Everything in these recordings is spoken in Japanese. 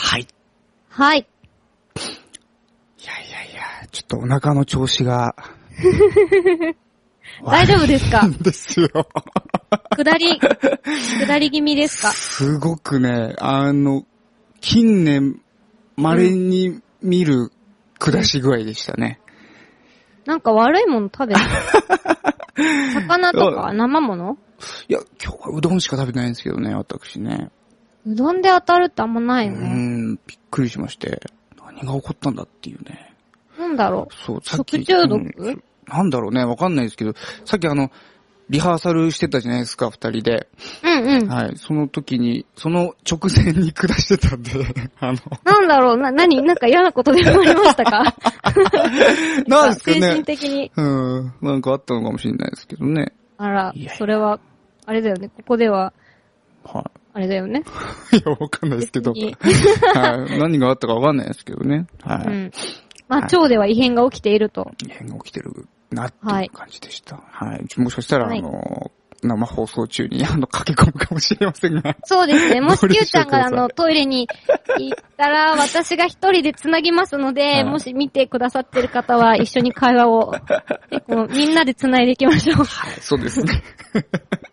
はい。いやいやいや、ちょっとお腹の調子が。大丈夫ですかですよ。下り、下り気味ですかすごくね、あの、近年、稀に見る下し具合でしたね。なんか悪いもの食べた 魚とか生ものいや、今日はうどんしか食べてないんですけどね、私ね。うどんで当たるってあんまないうよね。ん、びっくりしまして。何が起こったんだっていうね。なんだろそう、う。さっき。食中毒、うんなんだろうね、わかんないですけど、さっきあの、リハーサルしてたじゃないですか、二人で。うんうん。はい。その時に、その直前に下してたんで、 あの、なんだろうな、なになんか嫌なことでもありましたかなんですか精神ね。的に。うん。なんかあったのかもしれないですけどね。あらいやいや、それは、あれだよね。ここでは、はあれだよね。 い。いや、わかんないですけど。別に はい。何があったかわかんないですけどね。はうい。ん。まあ、腸では異変が起きていると。異変が起きてるなっていう感じでした。はい。もしかしたら、はいあの、生放送中に、あの、駆け込むかもしれませんが。そうです ね。もしご了承 Q ちゃんくだがさいあの、トイレに行ったら、私が一人で繋ぎますのはで、いもし見てくださってる方は、一緒に会話を、結構みんなで繋いでいきましょう。ほはい。そうですね。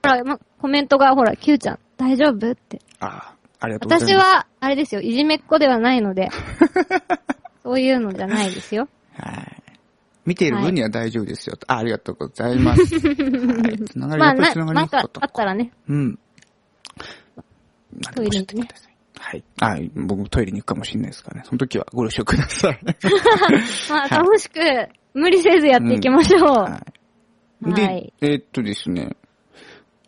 ら、ま、コメントが、ほら、Q ちゃん、大丈夫って。 ああ、ありがとうございます。私は、あれですよ、いじめっ子ではないの で、そういうのじゃないですよ。はい。見ている分には大丈夫ですよ。あ、ありがとうござい ます。はい。つながり、まやあ、っぱりな、つながりななんかっかあたっ。たらね、うん。なんトでもイレ教えにてくねだ。さい。はい。はい。僕トイレに行くかもしれないですからね。その時はご了承ください。まあ、はい楽しく、無理せずやっていきましょう。はい。で、はいえーっとですね。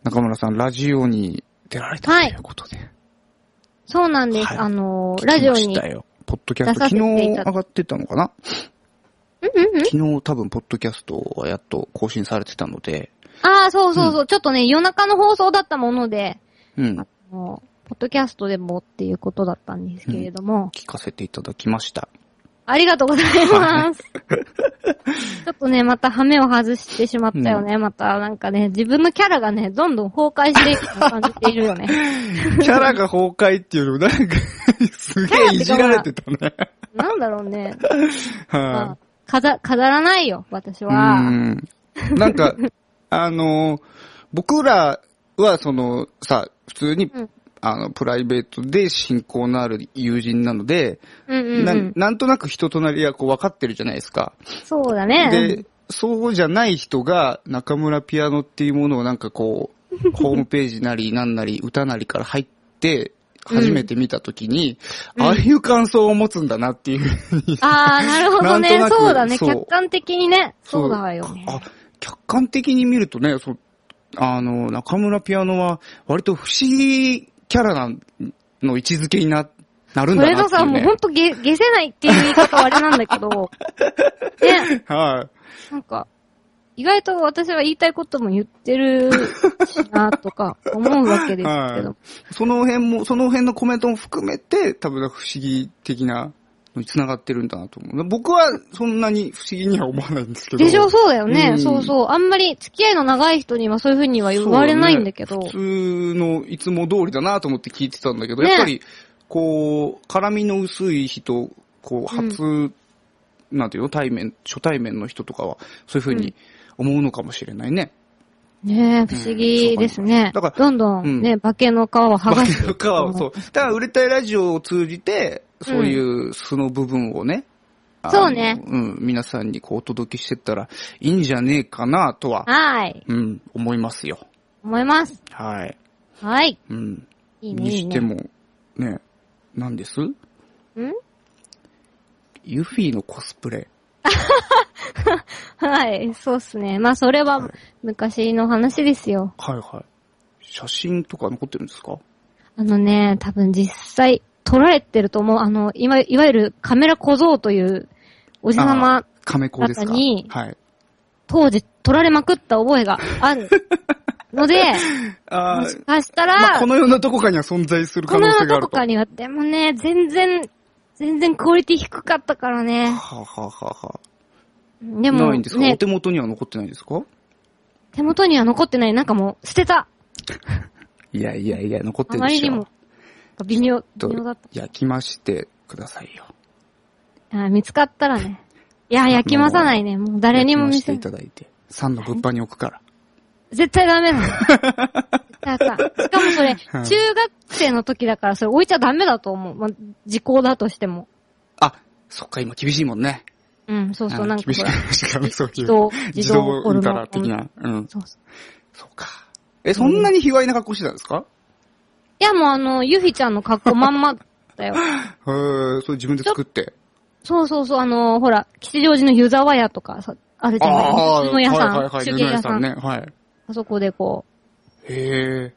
中村さん、ラジオに出られたということで。そうなんです。はいあのー、聞ラきジオましに。たよ。ポッドキャスト、出させ昨て日い上ただがってたのかなうんうんうん。昨日多分、ポッドキャストはやっと更新されてたので。ああ、そうそうそう。ちょっとね、夜中の放送だったもので、うん。あのポッドキャストでもっていうことだったんですけれども、聞かせていただきま した。ありがとうござい ます。ちょっとね、また羽目を外してしまったよね。またなんかね、自分のキャラがね、どんどん崩壊していくのを感じているよ ね。キャラが崩壊っていうよりも、なんか、 すげえいじられてたね。なんだろうね。まはあ、飾、飾らないよ、私い。は。うんなんか、 あのー僕らは、その、さ、普通に、うんあの、プライベートで親交のある友人なので、うんうん、うなんん。なんとなく人となりはこう分かってるじゃないですか。そうだね。で、そうじゃない人が中村ピアノっていうものをなんかこ う、ホームページなりなんなり歌なりから入って、初めて見たときに、うんああいう感想を持つんだなっていうふうに。ああ、なるほどねなん。となくそうだね。そう客観的にね。そうだよね。あ、客観的に見るとね、そう、あの、中村ピアノは割と不思議キャラなんの位置づけにな、なるんそだれなっがていさ、う、もうね。ほんとげ、げせないっていう言い方はあれなんだけど、 ね、はい。なんか、意外と私は言いたいことも言ってるしな、とか思うわけで すけはど。い。その辺も、その辺のコメントも含めて、多分なんか不思議的なのに繋がってるんだなと思う。僕はそんなに不思議には思わないんですけど。でしょそうだようねん。そうそう。あんまり付き合いの長い人にはそういう風には言われないんだけど。普通のいつも通りだなと思って聞いてたんだけど、ねやっぱり、こう、絡みの薄い人、こう、うん初、なんていうの対面、初対面の人とかは、そういうふううにん思うのかもしれないね。ねえ、不思議ですね。だからどんどんね、化けの皮を剥バがケ してのい皮くのを、も。そう。だから、売れたいラジオを通じて、そういう素の部分をね、あのそうねうん、皆さんにこうお届けしてったらいいんじゃねえかなとは、はい。うん、思いますよ。思います。はい。はい。うん。いいね。にいいしねても、ね、なんですんユフィのコスプレ。はい、そうっすね。まあ、それは昔の話ですよ。はいはい。写真とか残ってるんですかあのね、多分実際撮られてると思う。あの、いわいわゆるカメラ小僧というおじさま、亀子ですか中にはい。当時撮られまくった覚えがある ので、あもーしかしたら、まあ、ここのの世のどこかには存在する可能世性のがあどる。ことかには、でもね、全然、全然クオリティ低かったからね。ははははでも、ないんですか、おね、手元には残ってないんですか手元には残ってない。なんかもう、捨てた。いやいやいや、残ってあるまでりしにょ。も、微妙、ちょ微っ妙だっと焼きまして、くださいよ。あ見つかったらね。いや、焼きまさないね。もう誰にも見焼き増しせてないい。ただいて。サンの物販に置くから。絶対 ダメだ。絶対あかんしかもそれ、中学生の時だからそれ置いちゃダメだと思う。まあ、時効だとしても。あ、そっか、今厳しいもんね。うん、そうそう、あのなんか厳しほくらなりましたから、そうい 自う。動、自動ホイルンタモンラ。的な。うん。そうそう。そうか。え、そんなに卑猥な格好してたんですかいや、もうあの、ゆひちゃんの格好まんまだ よ。へー、それ自分で作って。そうそうそう、あの、ほら、吉祥寺の湯沢屋とかさ、あるじゃないの屋さん、手芸屋さん。ね。はい。あそこでこへえ、う。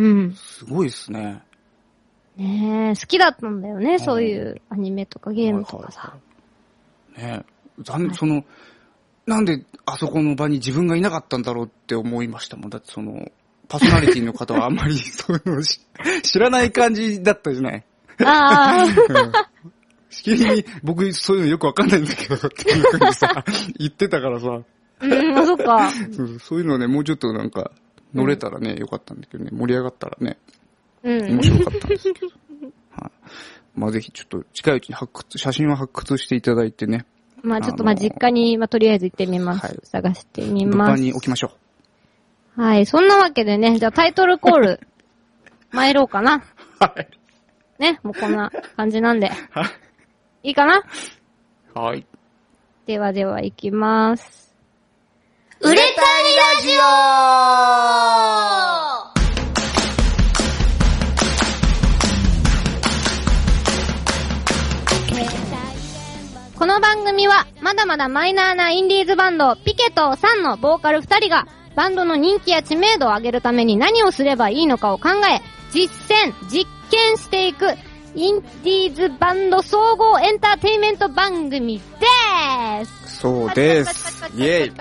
うん。すごいですね。ねえ、好きだったんだよね、そういうアニメとかゲームとかはさ。いはいはい。ね残念、その、なんであそこの場に自分がいなかったんだろうって思いましたもん。だってその、パーソナリティの方はあんまり そういうのし知らない感じだったじゃない。ああ、うんしきりに、僕そういうのよくわかんないんだけど、っていう感じ さ、言ってたからさ、うん、あそっか。そうそういうのね、もうちょっとなんか、乗れたらね、よかったんだけどね、盛り上がったらね、うん面。白かったんです けど。はい。まあぜひちょっと近いうちに発掘、写真を発掘していただいてね、まあちょっとまああのー実家に、まあとりあえず行ってみます。はい探してみ物ま販す。に置きましょはい、そんなわけでね、じゃあタイトルコール、 参ろうかな。う。はい。ね、もうこんな感じなんで。いいかなはい。ではでは行きます。売れたいラジオこの番組は、まだまだマイナーなインディーズバンド、ピケとサンのボーカル2人が、バンドの人気や知名度を上げるために何をすればいいのかを考え、実践、実験していく、インディーズバンド総合エンターテインメント番組ですそうです。イェイ。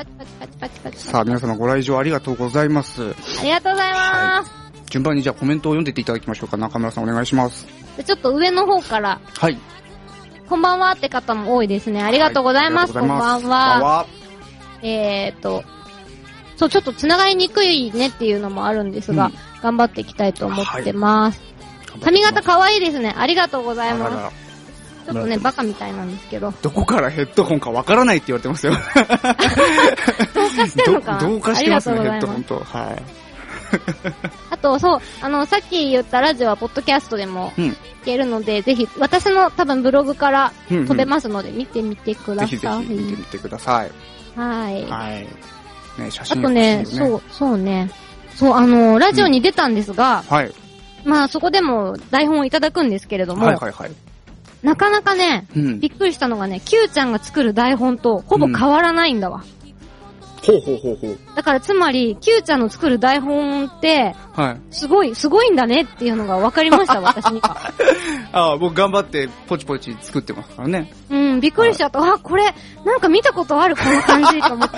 さあ皆様ご来場ありがとうございます。ありがとうございます。順番にじゃあコメントを読んでいっていただきましょうか。中村さんお願いします。でちょっと上の方から、はい。こんばんはって方も多いですね。あありがとうございまりす。がとうございこますんばんは。こんえーっと、そう、ちょっと繋がりにくいねっていうのもあるんですが、うん頑張っていきたいと思ってます。ばんは。髪型可愛いですね。ありがとうございあららまらす。ちょっとね、バカみたいなんですけど。どこからヘッドホンかわからないって言われてますよ。どうかしてんのかなどどうかしてますね、 ありヘがッとドうござホいンます。と。はい。あと、そう、あの、さっき言ったラジオは、ポッドキャストでもうん。聞けるので、ぜひ、私の多分ブログからうんうん飛べますので、見てみてくぜだひぜさい。ひ見てみてください。はい。はい。ね、写あ真とね、欲しいよそう、そうね。そう、あのラジオに出たんですが、はい。まあ、そこでも台本をいただくんですけれども、はいはいはい。なかなかね、うんび。っくりしたのがね、Q ちゃんが作る台本とほぼ変わらないんだわ。ほうほうほうほう。だから、つまり、Q ちゃんの作る台本って、はい。すごい、すごいんだねっていうのが分かりました、私に は。ああ、僕頑張ってポチポチ作ってますからね。うん、びっくりしちゃった。あ、これ、なんか見たことある、この感じと 思って。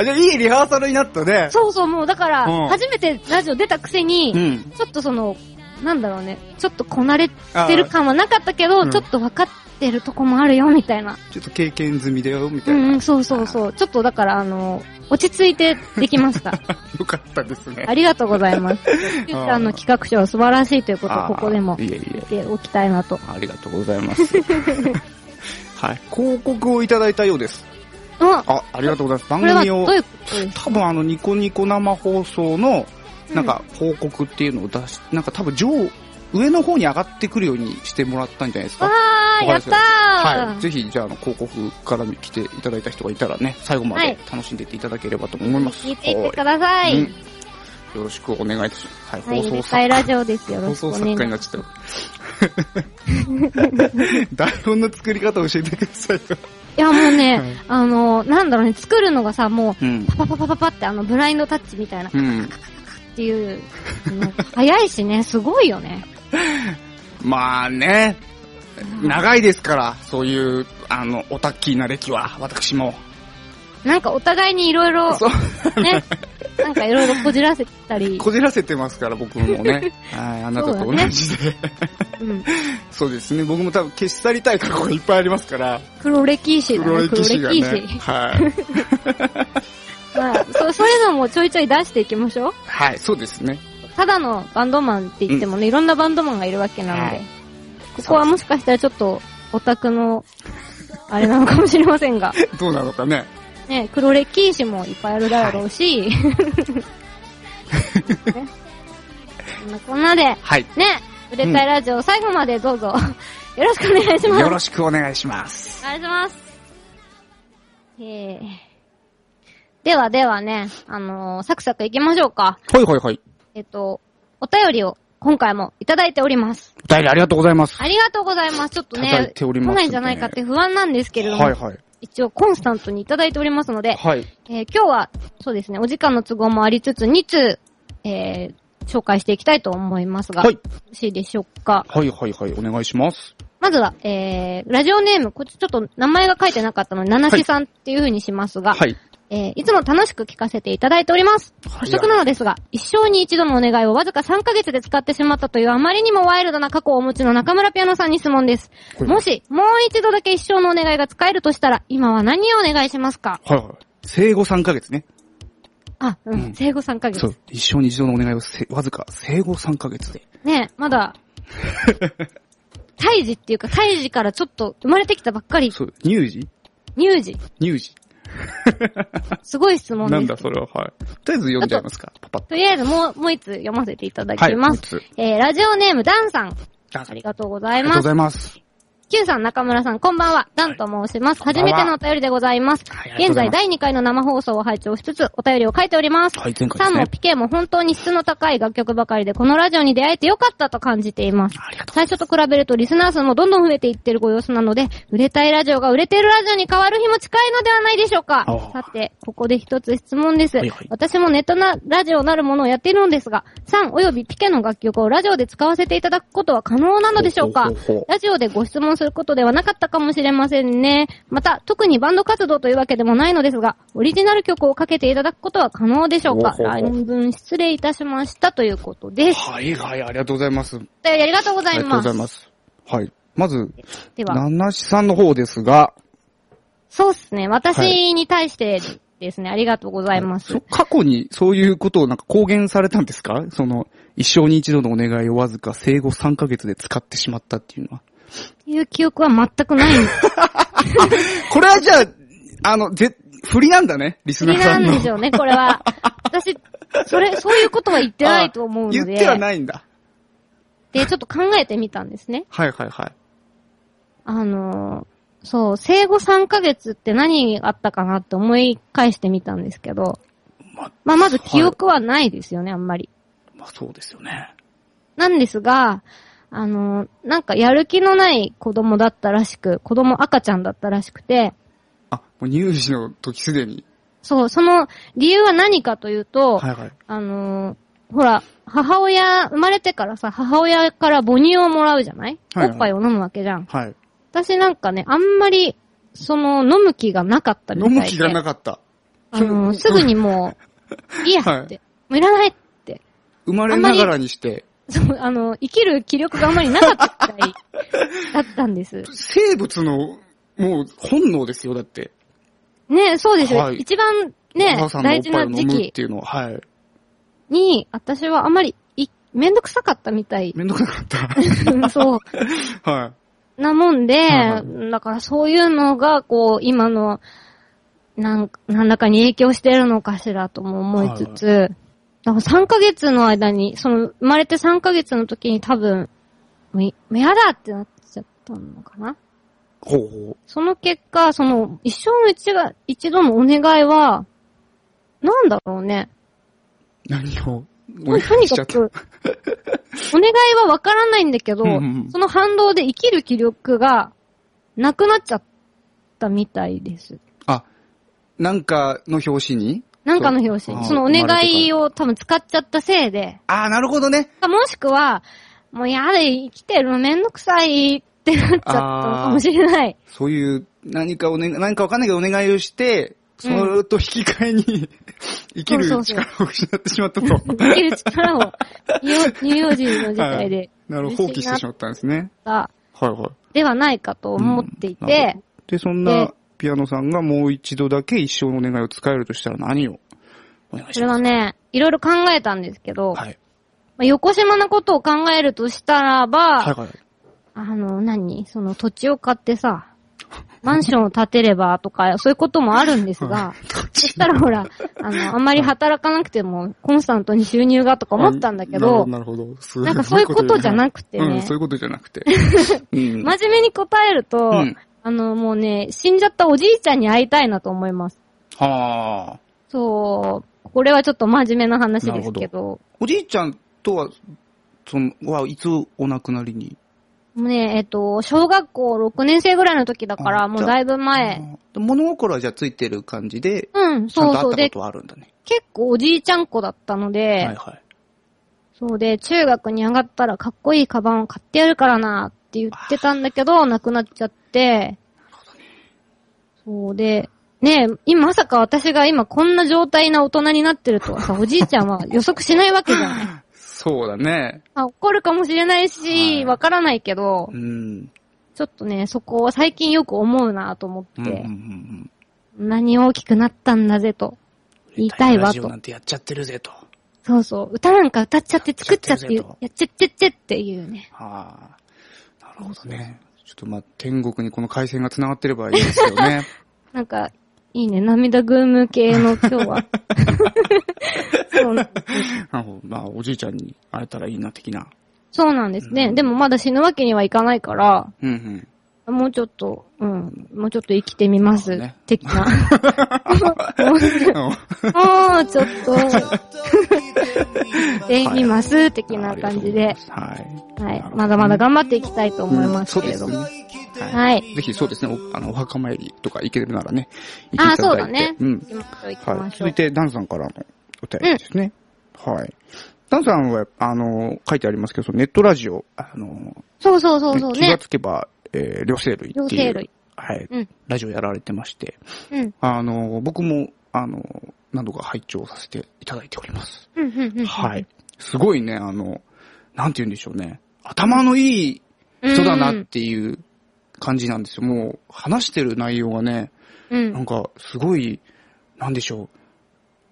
あじゃあいいリハーサルになったね。そうそう、もうだから、うん初めてラジオ出たくせに、ん。ちょっとその、なんだろうね、ちょっとこなれああてる感はなかったけど、うんちょっと分かってるとこもあるよ、みたいな。ちょっと経験済みだよ、みうたいん、な。うんそうそうそう。ちょっとだから、あの、落ち着いてできました。よかったです ね。ありがとうございます。ゆうちゃんの企画書は素晴らしいということを、あーここでもいえい言っえ。ておきたいなと。ありがとうございます。はい。広告をいただいたようです。あ、あ、ありがとうございます。これ番は組どをういうことですか多分あのニコニコ生放送のなんか報告っていうのを出し、なんか多分上、上の方に上がってくるようにしてもらったんじゃないですわか。ー、やったーはい。ぜひ、じゃあ、あの、広告から来ていただいた人がいたらね、最後まはいで楽しんでいっていただければと思います。聞いていってくださはいうんい。よろしくお願いいたします。ははい、い、放入れ送替え作ラ家。ジオです。よろ放しくお送作願い家しになまっす。ちゃった。 台本の作り方教えてくださいよ。いや、も うはいね、あの、なんだろうね、作るのがさ、もう、うん。パパパパパパってあの、ブラインドタッチみたいな、っうん。ていう、の早いしね、すごいよね。まあね、長いですから、そういう、あの、オタッキーな歴は、私も。なんかお互いにいろいろ、 そう。ね、なんかいろいろこじらせたり、こじらせてますから、僕も ね。はい、あなたと同じで。 うん、そうですね、僕も多分消し去りたい過去がいっぱいありますから、黒歴史だ黒ね、歴史が黒歴ね史。。はい。まあ、そ そういうのもちょいちょい出していきましょう。はい、そうですね。ただのバンドマンって言ってもね、いろんなバンドマンがいるわけなので、はいここはもしかしたらちょっと、オタクの、あれなのかもしれません が。どうなのかね。ね、黒歴史もいっぱいあるだろうし、 ねそんなこんなで、ね、はい。売れたいラジオ最後までどうぞ、よろしくお願いします。よろしくお願いします。お願いします。えー。ではではね、あのーサクサク行きましょうか。はいはいはい。えっと、お便りを今回もいただいております。お便りありがとうございます。ありがとうございます。ちょっといただいね、ておりますね来ないんじゃないかって不安なんですけれども、はいはい。一応コンスタントにいただいておりますので、はい。えー今日は、そうですね、お時間の都合もありつつ、2通、えー紹介していきたいと思いますが、はいよろしいでしょうか。はいはいはい。お願いします。まずは、えー、ラジオネーム、こっちちょっと名前が書いてなかったので、七七さんっていう風にしますが、はい。えー、いつも楽しく聞かせていただいております。はい早速なのですが、一生に一度のお願いをわずか3ヶ月で使ってしまったというあまりにもワイルドな過去をお持ちの中村ピアノさんに質問です。はいもし、もう一度だけ一生のお願いが使えるとしたら、今は何をお願いしますかはいはい。生後3ヶ月ね。あ、ううんん、生後3ヶ月そ。う。一生に一度のお願いをせわずか生後3ヶ月で。ねえ、まだ、胎児っていうか、胎児からちょっと生まれてきたばっかり、そう。乳児乳児。乳児。すごい質問です。なんだそれは。はい。とりあえず読んじゃいますか。パパッと。とりあえずもう、もう一つ読ませていただきます。はいもう一えー、ラジオネーム、ダンさん。ダンさあんりがとうござあいりがとうまごす。ざいます。 Q さん、中村さん、こんばんは。ダンと申します。はいこんば初んめはてのお便りでございます。はいありがとう現ござい在、ます第2回の生放送を拝聴しつつ、お便りを書いております。はい、前回でサすンねも。ピケも本当に質の高い楽曲ばかりで、このラジオに出会えてよかったと感じています。ありがとうござい最初と比べるとリスナー数もどんどん増えていってるご様子なので、売れたいラジオが売れているラジオに変わる日も近いのではないでしょうかあ。あさて、ここで一つ質問です。はいはい私もネットなラジオなるものをやっているのですが、サンおよびピケの楽曲をラジオで使わせていただくことは可能なのでしょうかほうほうほうラジオでご質問することではなかったかもしれませんね。また、特にバンド活動というわけでもないのですが、オリジナル曲をかけていただくことは可能でしょうかほうほうほ来う文失礼いたしましたということです。ます。はいはい、ありがとうございます。お便りありがとうござありいがとうごまざすい。ます。はい。まず、では。ナナシさんの方ですが、そうっすね。は私に対してですね、ありがとうございます。そ過去にそういうことをなんか公言されたんですかその、一生に一度のお願いをわずか生後3ヶ月で使ってしまったっていうのは。っていう記憶は全くないんです。これはじゃあ、あの、ぜ、振り なんだね、リスナ不思議ーさなんの。んでしょうね、これは。私、それ、そういうことは言ってないと思うので。あ言ってはないんだ。で、ちょっと考えてみたんですね。はいはいはい。あのー、そう、生後3ヶ月って何があったかなって思い返してみたんですけど、ま、まあ、まず記憶はないですよね、あんまり。まあそうですよね。なんですが、あの、なんかやる気のない子供だったらしく、子供赤ちゃんだったらしくて、あ、もう乳児の時すでに。そう、その理由は何かというと、はいはい。あのーほら、母親、生まれてからさ、母親から母乳をもらうじゃない、はいはいおっぱいを飲むわけじゃん。はい。私なんかね、あんまり、その、飲む気がなかったみた飲いで。む気がなかった。あのーすぐにもう、いいやって、はいもういらないって。生まれながらにして、そう、あのー生きる気力があんまりなかった みたいだったんです。生物の、もう本能ですよ、だって。ねえそうですよ。はい一番おね母さ、んのお大っ事ぱいなを時飲むっ期ていうのは、はい。に、私はあんまりい、めんどくさかったみたい。 めんどくなかった。そう。 はい。なもんで、いはだからそういうのが、こう、今の、なん、なんだかに影響してるのかしらとも思いつつ、だから3ヶ月の間に、その、生まれて3ヶ月の時に多分、もうい、もうやだってなっちゃったのかなほうほその結果、その、一生の一が、一度のお願いは、なんだろうね。う。何をおと願にいしちゃかった。く、お願いはわからないんだけど、うんうんその反動で生きる気力がなくなっちゃったみたいです。あ、なんかの表紙になんかの表あ紙ーに。そのお願いを多分使っちゃったせいで、ああ、なるほどね。もしくは、もうやで生きてるのめんどくさいってなっちゃったのかもしれない。そういう、何かお願い、何かわかんないけどお願いをして、それと引き換えに、 生きそるうそうそう力を失ってしまった と。生きる力を、乳幼児の時代でなるほど、放棄してしまったんですね。たはいはい。ではないかと思っていうんなるて、で、そんでなピアノさんがもう一度だけ一生のお願いを使えるとしたら何をお願いそしれまはすね、いろいろ考えたんですけど、はい。まあ、横島なことを考えるとしたらば、はいはい。あの、何その土地を買ってさ、マンションを建てればとか、そういうこともあるんですが、そしたらほら、あの、あんまり働かなくても、コンスタントに収入がとか思ったんだけど、なるほど、なるほどすなんかそういうことじゃなくてうん、ね、そういうことじゃな くて。うん真面目に答えると、うんあの、もうね、死んじゃったおじいちゃんに会いたいなと思います。はあ。そう、これはちょっと真面目な話ですけなるど、おじいちゃんとは、その、はいつお亡くなりにもうね、えっと、小学校6年生ぐらいの時だかあら、もうだいぶ前。あー物心はじゃあついてる感じで、うん、ちゃんそうとそう。会ったこで、とはあるんだね。結構おじいちゃん子だったので、はいはい。そうで、中学に上がったらかっこいいカバンを買ってやるからなって言ってたんだけど、なくなっちゃって、そうで、ねえ、今まさか私が今こんな状態な大人になってるとはさ、 おじいちゃんは予測しないわけじゃない。そうだね。まあ、怒るかもしれないはいし、わからないけどう、ん。ちょっとね、そこを最近よく思うなと思って、うんうんうんうん何大きくなったんだぜと。言いたいわラジオとな。んてやっちゃってるぜと。そうそう。歌なんか歌っちゃって作っちゃって、ややっちゃってるぜとっちゃってってっていうね。はあ。なるほどね。ちょっとまあ、天国にこの回線が繋がってればいいですけどね。 なんか、いいね。涙ぐむ系の今日は。 そうなんですなるほどまあ、おじいちゃんに会えたらいいな、的な。そうなんですうね。んでもまだ死ぬわけにはいかないから、うん うん。もうちょっと、うん、もうちょっと生きてみまそうすね。的 な。もうちょっと、できます。的な感じで。はい。はないるほど。ねまだまだ頑張っていきたいと思いますそうけでれすども。ね。はい。ぜひそうですね、おあの、お墓参りとか行けるならね、行あっあ、ていたそうだだいて。ね。うん行。きましょう、行きはまい。しょ続うい。て、ダンさんからのお便りですね。はい。ダンさんは、あの、書いてありますけど、そのネットラジオ、あの、そうそうそうそう気がね。つけば、えー、両生類ってい両生う類、はい、うんラジオやられてまして、うん。あの、僕も、あの、何度か拝聴させていただいております。うん、うん、うん。はい。。すごいね、あの、なんて言うんでしょうね。頭のいい人だなっていう感じなんですよ。もう、話してる内容がね、う。なんん か、すごい、なんでしょう、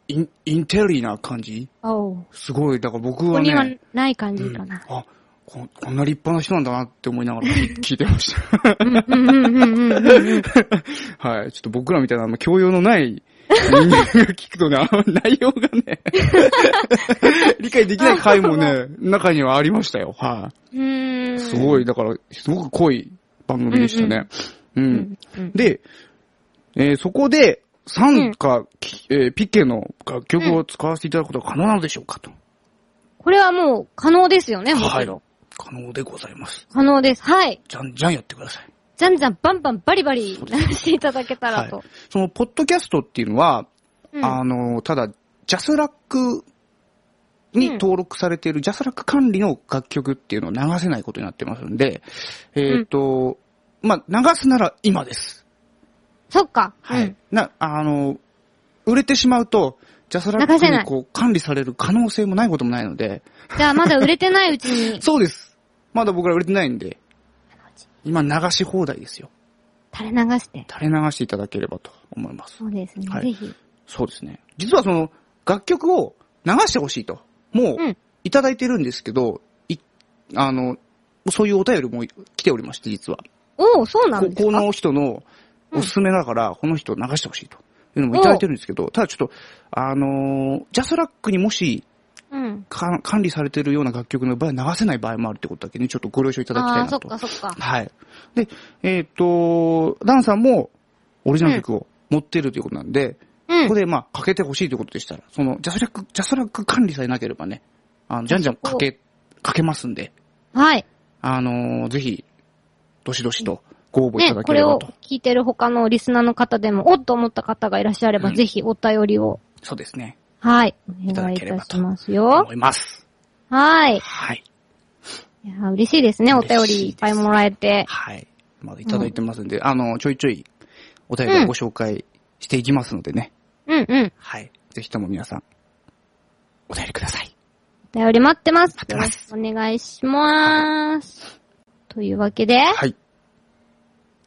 イン、インテリな感じあおう。すごい、だから僕ここはにはね、ない感じかな。うんあこ、こんな立派な人なんだなって思いながら 聞聞いてましうん、うん、うん、うん、うんうん。た。 はい。ちょっと僕らみたいな、あの、教養のない人間が聞くとね、あの内容がね、 理解できない回もね、中にはありましたよ。はうーい。ん。すごい、だから、すごく濃い番組でしたね。ううんん。うん。で、えーそこで、サンか、きえーピッケの楽曲を使わせていただくことが可能なのでしょうかと。これはもう可能ですよね、もちろん。可能でございます。可能です。はい。じゃんじゃんやってください。じゃんじゃんバンバンバリバリ鳴らしていただけたらはと。い。その、ポッドキャストっていうのは、うんあの、ただ、ジャスラックに登録されている、ジャスラック管理の楽曲っていうのを流せないことになってますんで、えっ、と、まあ、流すなら今です。そっか。はい。うん。な、あの、売れてしまうと、ジャスラッ流クせなにいこう管理される可能性もないこともないので、、じゃあまだ売れてないうちにそうです。まだ僕ら売れてないんで、今流し放題ですよ。垂れ流して。垂れ流していただければと思います。そうですねは。いぜひ。そうですね。実はその、楽曲を流してほしいと、もううん、いただいてるんですけど、い、あの、そういうお便りも来ておりまして、実は。おお、そうなんこですこかの人のおすすめだから、この人を流してほしいというのもいただいてるんですけど、ただちょっと、あのージャスラックにもしうん。か管理されてるような楽曲の場合、流せない場合もあるってことだけね、ちょっとご了承いただきたあいあー、そなっと。かそっか。はい。で、えっ、と、ダンさんもオリジナル曲を持ってるということなんで、うここん。でまあ、かけてほしいということでしたら、その、ジャスラック、ジャスラック管理さえなければね、あの、じゃんじゃんかけ、かけますんで、はい。あのーぜひ、どしどしとご応募いたね、だこけれればをと。聞いてる他のリスナーの方でも、おっと思った方がいらっしゃれば、うんぜひお便りを、そうですね。はい、いおただ願いいければたとしますよ思。います。はい。はい。いやー、嬉しいですね、お便嬉しいですりいっぱいもらえて。はい。まだいただいてますんで、あの、ちょいちょいお便りをご紹介していきますのでね。うんうん。はい。ぜひとも皆さん、お便りください。お便り待ってます。待ってますよろしくお願いします。というわけで、はい。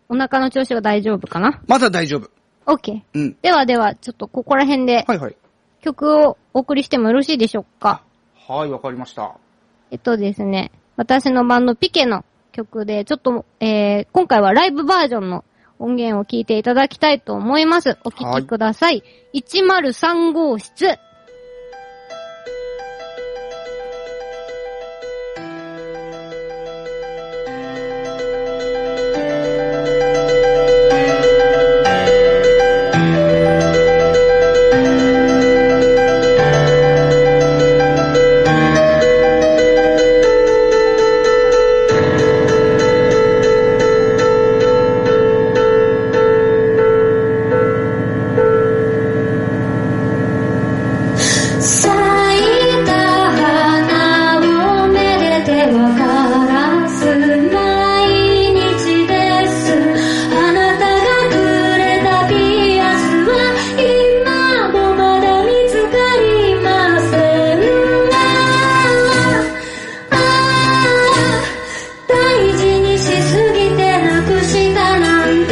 お腹の調子は大丈夫かなまだ大丈夫。 ?OK。うん。ではでは、ちょっとここら辺ではいはい。曲をお送りしてもよろしいでしょうかはい、わかりました。えっとですね、私のバンドピケの曲で、ちょっと、えー、今回はライブバージョンの音源を聴いていただきたいと思います。お聴きください。103号室。咲いた花をめでてはからす毎日ですあなたがくれたピアスは今もまだ見つかりませんがああ大事にしすぎてなくしたなんて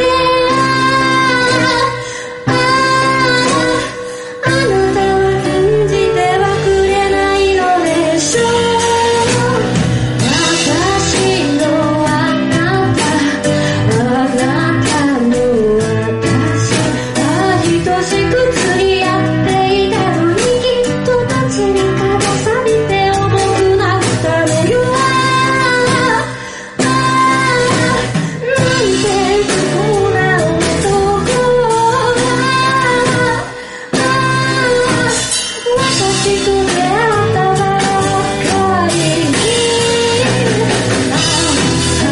あああなたは感じてはくれないのでしょう私のあなたあなたの私は等しく釣り合っていたのにきっと街中が錆びて重くなったのよああなんて不幸な男が「私と出会ったばかり」「あ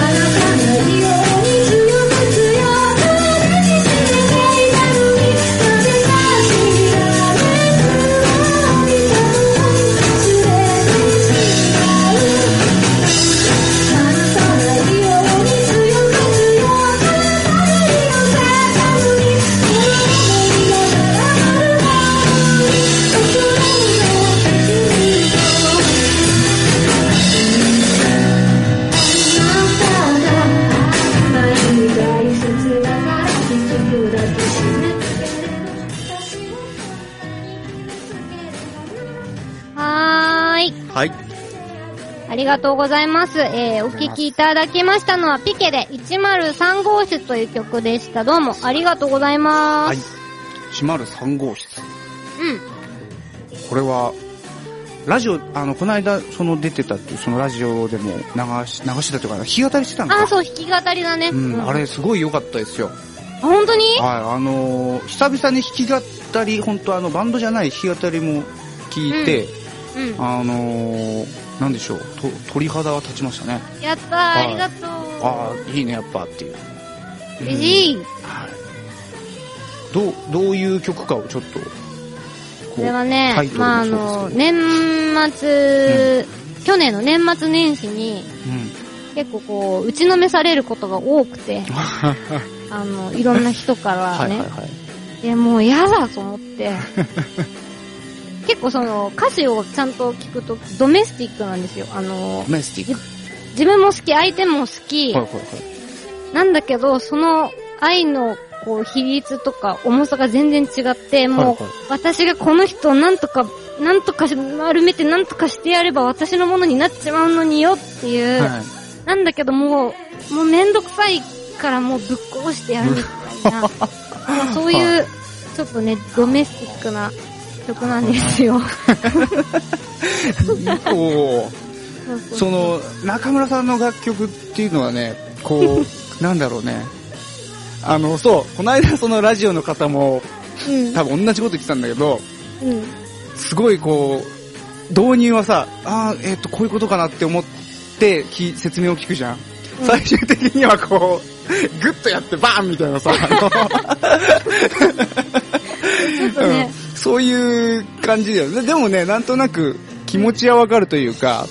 あなたのように強く強く抱きしめていたのに」「なぜか知られず涙を連れてしまう」「離さないように強く強く」「風に乗せたのに」「なぜか知られず涙を連れてしまう」「あなたが甘い大切だから気づくだけしめつければ私をそんなに傷つけるかな」はーい。はい。ありがとうございます。えー、お聴きいただきましたのは、ピケで103号室という曲でした。どうもありがとうございまはいす。。閉まる3号室。うん。これは、ラジオ、あの、この間、その出てたっていう、そのラジオでも流し、流してたというか、弾き語りしてたのか。あー、そう、弾き語りだね。うん、あれれすごい良かったですよ。本当にはい、あのー久々に弾き語り、本当あの、バンドじゃない弾き語りも聞いて、うん。あのーなんでしょう、と鳥肌は立ちましたね。やったー、はいありがとう。ああ、いいね、やっぱっていう。嬉い。しい。どう、どういう曲かをちょっと、こうこれはねタイ、トルまあ、もあその、うですけど。年末、去年の年末年始に、結構こう、打ちのめされることが多 くて、あの、いろんな人かうん。らはいね、はいはい。で、もう嫌だと 思って、結構その、歌詞をちゃんと聞くと、ドメスティックなんですよ。あのド、メスティック。自分も好き、相手も好はき、いはいはい。なんだけど、その愛のこう比率とか重さが全然違って、もう、はいはい私がこの人をなんとか、なんとかし丸めてなんとかしてやれば私のものになっちまうのによっていう、はいなんだけどもう、もうめんどくさいからもうぶっ壊してやるみたい な、そういう、ちょっとね、ドメスティックな曲なんですよ。おーそうそう その中村さんの楽曲っていうのはねこう なんだろうねあのそうこの間そのラジオの方もうん。多分同じこと言ってたんだけどうん。すごいこう導入はさあーえっ、とこういうことかなって思ってき説明を聞くじゃん、うん最終的にはこうグッとやってバーンみたいなさあちょっとの ね、うんそういう感じだよねでもねなんとなく気持ちはわかるという か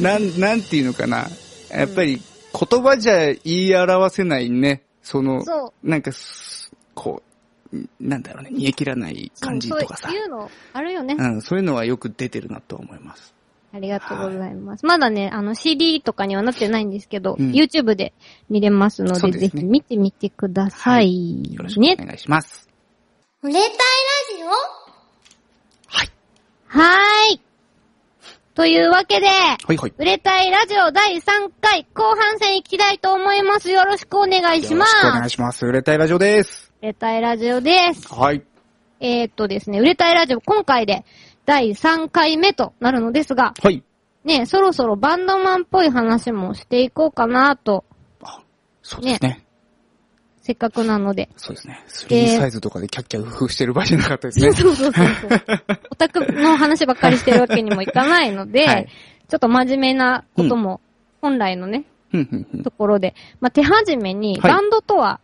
なんなんていうのかなやっぱり言葉じゃ言い表せないねそのそうなんかすこうんなんだろうね煮え切らない感じとかさそういうのあるよね。うん、そういうのはよく出てるなと思います。ありがとうございます。まだね、あの CD とかにはなってないんですけど、うん YouTube で見れますので、そうですぜねひ見てみてください。よろしくおね。願いします。売れたいラジオはーい。というわけで、はいはい。売れたいラジオ第3回後半戦行きたいと思います。よろしくお願いしよまろすし。くお願いします。売れたいラジオです。売れたいラジオです。はい。えー、っとですね、売れたいラジオ今回で第3回目となるのですが、はい。ね、そろそろバンドマンっぽい話もしていこうかなと、そうですね。せっかくなので。そうですね。スでリーサイズとかでキャッキャウフフしてる場合じゃなかったです そね。うそうそうそう。オタクの話ばっかりしてるわけにもいかないので、はいちょっと真面目なことも、本来のね、ふんふんふんところで、まあ、手始めに、はいバンドとは、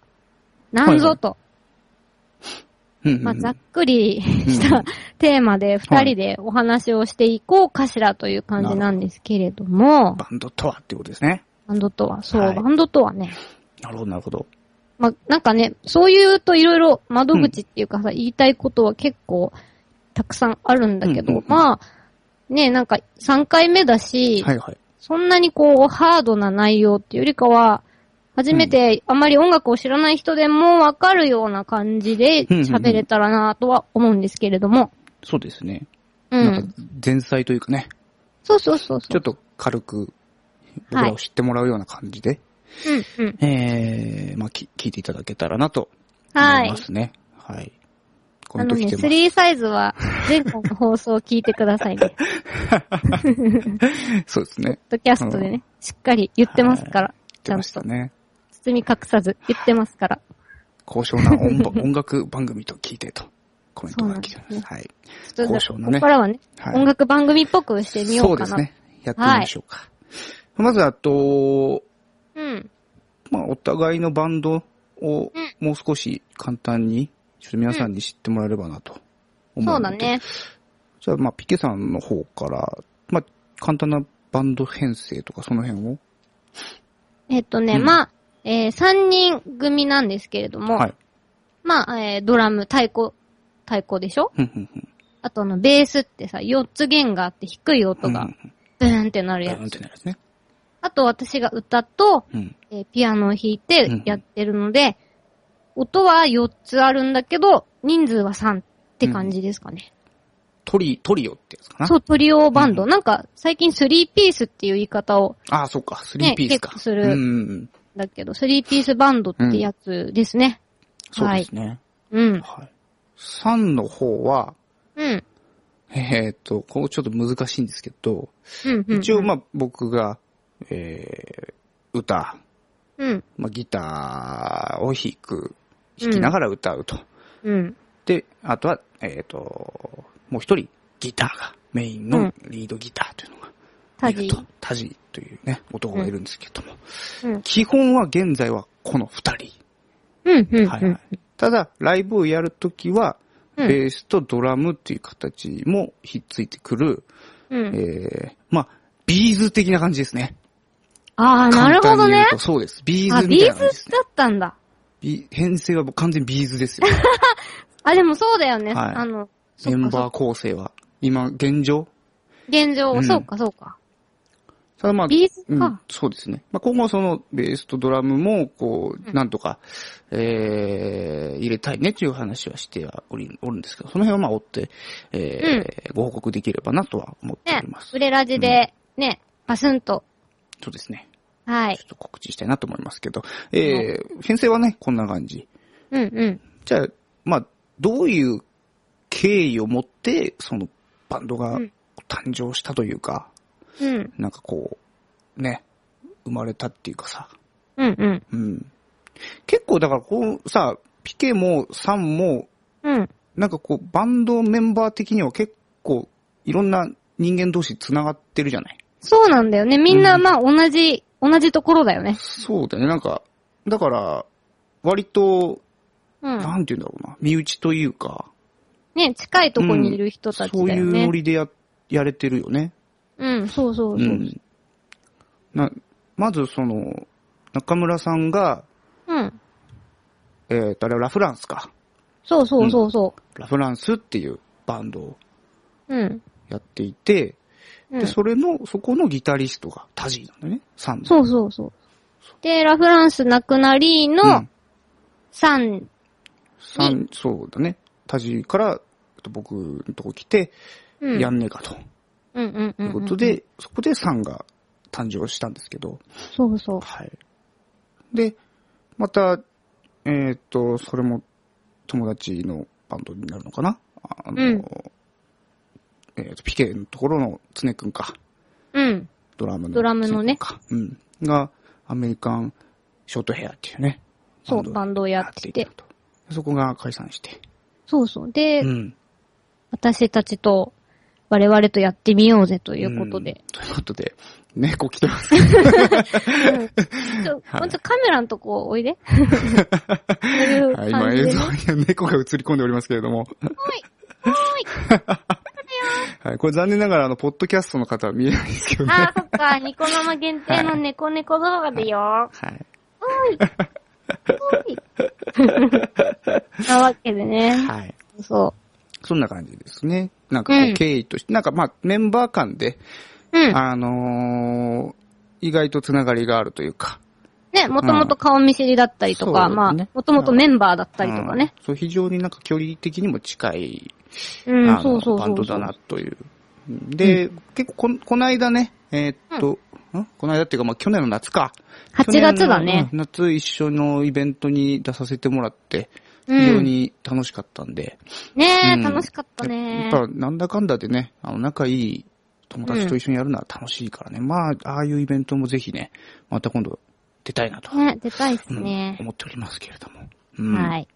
何ぞと、ふんふんふんまあ、ざっくりしたテーマで二人でお話をしていこうかしらという感じなんですけれども、バンドとはっていうことですね。バンドとは、そう、はいバンドとはね、なるほど、なるほど。まあ、なんかね、そういうといろいろ窓口っていうかさ、言いたいことは結構たくさんあるんだけうど、んうんうんまあ、ね、なんか3回目だし、はいはい。そんなにこう、ハードな内容っていうよりかは、初めてあまり音楽を知らない人でもわかるような感じでうんうんうん喋れたらなとは思うんですけれども。そうですね。うなんんか。、前菜というかね、そうそうそうそう。ちょっと軽く、僕らを知ってもらうような感じで、うんうん。えー、まあ、き聞いていただけたらなとは思いいま。すね。はい。コメあントのね、来てます。 3サイズは前回の放送を聞いてくださいね。ポッ そうですね。ドキャストでね、しっかり言ってますから。ち出ゃんまとしたね。包み隠さず言ってますから。高尚な音 ば音楽番組と聞いてと、コメントが来てまそうす。なはい。ちょっと交じゃあ渉のこねこからはね、はい音楽番組っぽくしてみよそううかでな。すね。やってみましょうか。まず、あと、うん。まあ、お互いのバンドをうんもう少し簡単に、ちょっと皆さんに知ってもらえればなと思そううのだで。ね。じゃあ、まあ、ピケさんの方から、まあ、簡単なバンド編成とかその辺を。えっとね、うんまあ、えー、3人組なんですけれども、はい。まあ、えー、ドラム、太鼓、太鼓でしょふんふんふんあとあの、ベースってさ、4つ弦があって低い音うがん、ブーンってなるブやーンっつ。てなるやつね。あと私が歌と、うん。えーピアノを弾いてやってるので、音は4つあるんだけど、人数は3って感じですかね。トリ、トリオってやつかな。そう、トリオバンド。うなんか、最近3ピースっていう言い方を、ああ、そうか。スリーピースか。ね結構するうんうんうん。だけど、3ピースバンドってやつですね。そうですね。うん。はい。3の方は、うん。えーっと、ここちょっと難しいんですけど、うん。うん一応、まあ、僕が、えー、歌、うん。まあ、ギターを弾く、弾きながら歌うと。うん。で、あとは、えーっと、もう一人、ギターが、メインうのんリードギターというのが、タいるジと。タジというね、男がいるんですけども。うん。基本は現在はこの二人。うん。うん。はいはい。ただ、ライブをやるときは、うんベースとドラムっていう形もひっついてくる、うん。えー、まあ、ビーズ的な感じですね。ああ、なるほ簡ど単に言ねうと。そうです。ビーあ、ズみビたいなー感じでズすだね。ったんだ。ビ編成はもう完全にビーズです よ。あ、でもそうだよね。はいあの、そメっンかバそー構成は。今、現状現状、うんそうかそうか。ただまあ、ビーズかうん、そうですね。まあ、今後その、ベースとドラムも、こうう、んなんとか、えー、入れたいねという話はしてはおり、おるんですけど、その辺はまあ、追って、えー、ご報告できればなとは思っておねります。、売れラジで、ね、パスンと。そうですね。はいちょ。っと告知したいなと思いますけど、えー、編成はね、こんな感じ。うんうん。じゃあ、まあ、どういう経緯を持って、その、バンドがうん誕生したというか、うん。なんかこう、ね、生まれたっていうかさ、うんうん。うん。結構だからこうさ、ピケもサンも、うん。なんかこう、バンドメンバー的には結構、いろんな人間同士繋がってるじゃないそうなんだよね。みんな、うんまあ、同じ、同じところだよね。そうだね、なんか、だから、割と、うん。なんて言うんだろうな、身内というか、ね、近いとこにいる人たちそうだいようねノ。リでや、やれてるよね。うん、そうそううそう。ん。な、まずその、中村さんが、うん。えーと、あれはラフランスか。そうそうそうそラフランスっていうバンドをう。うん。やっていて、うんで、それの、そこのギタリストがタジーなんだよね。サンのそうそうそう。で、ラフランス亡くなりうのん、さん、サン、そうだね。タジーから、えっと僕のとこ来て、うん。やんねえかと。うんうんとうん、いうことで、、そこでさんが誕生したんですけど、そうそう。はい。で、また、えーっと、それも友達のバンドになるのかなあの、うんえーっと、ピケのところの常くんか、うん。ドラムの。ドラムのね常くんか。うん。が、アメリカンショートヘアっていうね。そう、をバンドをやってやてた。と。そこが解散して。そうそう。で、うん。私たちと、我々とやってみようぜということで。うん。ということで、猫来てます。ちょ、はいほんとカメラのとこお いで。そういうはい、感今じで映ね像には猫が映り込んでおりますけれど も。はい、これ残念ながら、あの、ポッドキャストの方は見えないですけどね。 あー、そっか、ニコ生限定の猫猫動画でよ。はい。おい。おい。 なわけでね。はい。そそんな感じですね。なんかこうう、ん経緯として、なんかまあ、メンバー間で、う。うん。あのー意外とつながりがあるというか。ね、もともと顔見知りだったりとか、うんまあ、そうですねもともとメンバーだったりとかね。うん。そう、非常になんか距離的にも近い、うん、あそのうそうそうそう。バンドだなという。で、結構こん、この間ね、えーっと、んこの間っていうか、まあ、去年の夏か。 8月だ去ね年の。うん夏一緒のイベントに出させてもらって、うん非常に楽しかったんで。ねえ、うん楽しかったねやっぱなんだかんだでね、あの、仲いい友達と一緒にやるのは楽しいからね。まあ、ああいうイベントもぜひね、また今度出たいなと、ね、出たいっすうんね。思っておりますけれども。うんはい。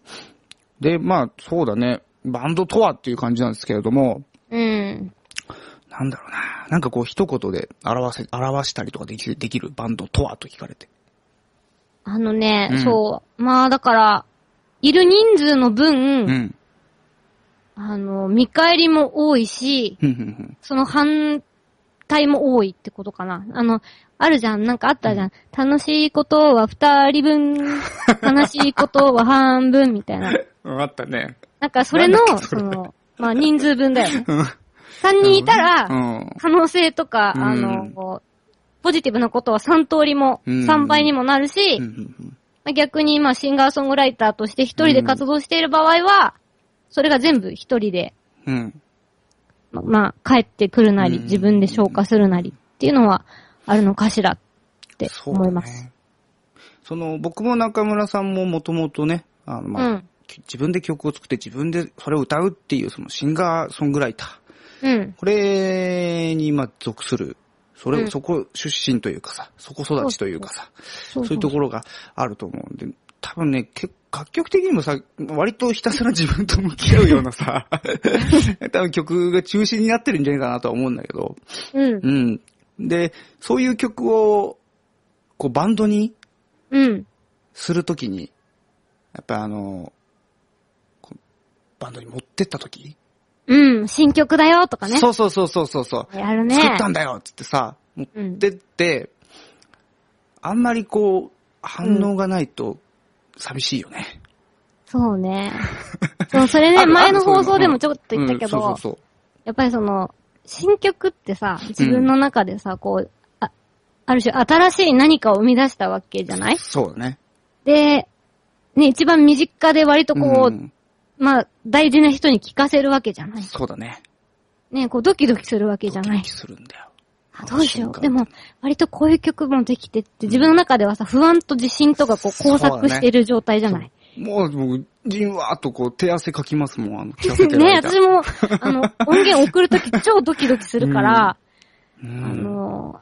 で、まあ、そうだね。バンドとはっていう感じなんですけれども、うん。なんだろうな。なんかこう一言で表せ、表したりとかできできるバンドとはと聞かれて。あのね、うんそう。まあ、だから、いる人数の分、うん。あの、見返りも多いし、ふんふんふんその反対も多いってことかな。あの、あるじゃん、なんかあったじゃん。楽しいことは二人分、悲しいことは半分みた いな。うん。あったね。なんかそれのなんだっ、けそそれの、まあ人数分だよね。うん。 3人いたうら、ん。可能性とか、うんあの、こうポジティブなことは3通りも、うん3倍にもなるし、うんうんうんまあ逆に、まあ、シンガーソングライターとして一人で活動している場合は、それが全部一人で、うん。ままあ、帰ってくるなり、うん自分で消化するなりっていうのはあるのかしらってそうだ思います。ね。その、僕も中村さんももともとね、あの、うまあ、ん。自分で曲を作って自分でそれを歌うっていう、そのシンガーソングライター。うん。これに、まあ、属する。それ、うんそこ出身というかさ、そこ育ちというかさ、そそういうところがあると思うんで、多分ね、結楽曲的にもさ、割とひたすら自分と向き合うようなさ、多分曲が中心になってるんじゃないかなとは思うんだけど、うんう。ん。で、そういう曲を、こうバンドにうん。するときに、やっぱあの、こうバンドに持ってったとき、うん。新曲だよとかね。そうそうそうそうそうそう、やるね。作ったんだよっつってさ、持うんってって、あんまりこう、反応がないと寂しいよね。そ うね。そう、それあね、るある前の放そうい送うでのもちょっと言ったけうんうんど、そうそうやっぱりその、新曲ってさ、自分の中でさ、こう、あ、ある種新しい何かを生み出したわけじゃないそう。そうだね。で、ね、一番身近で割とこう、んまあ、大事な人に聞かせるわけじゃないそうだね。ね、こうドキドキするわけじゃなドキドいキ。するんだよ。あどうしよ瞬間う。でも、割とこういう曲もできてって、自分の中ではさ、不安と自信とかこうそう交だね錯してる状態じゃないもう、僕、じんわーっとこう、手汗かきますもん、あの、聞かせてる ね、間。私も、あの、音源送るとき超ドキドキするから、うあん。の、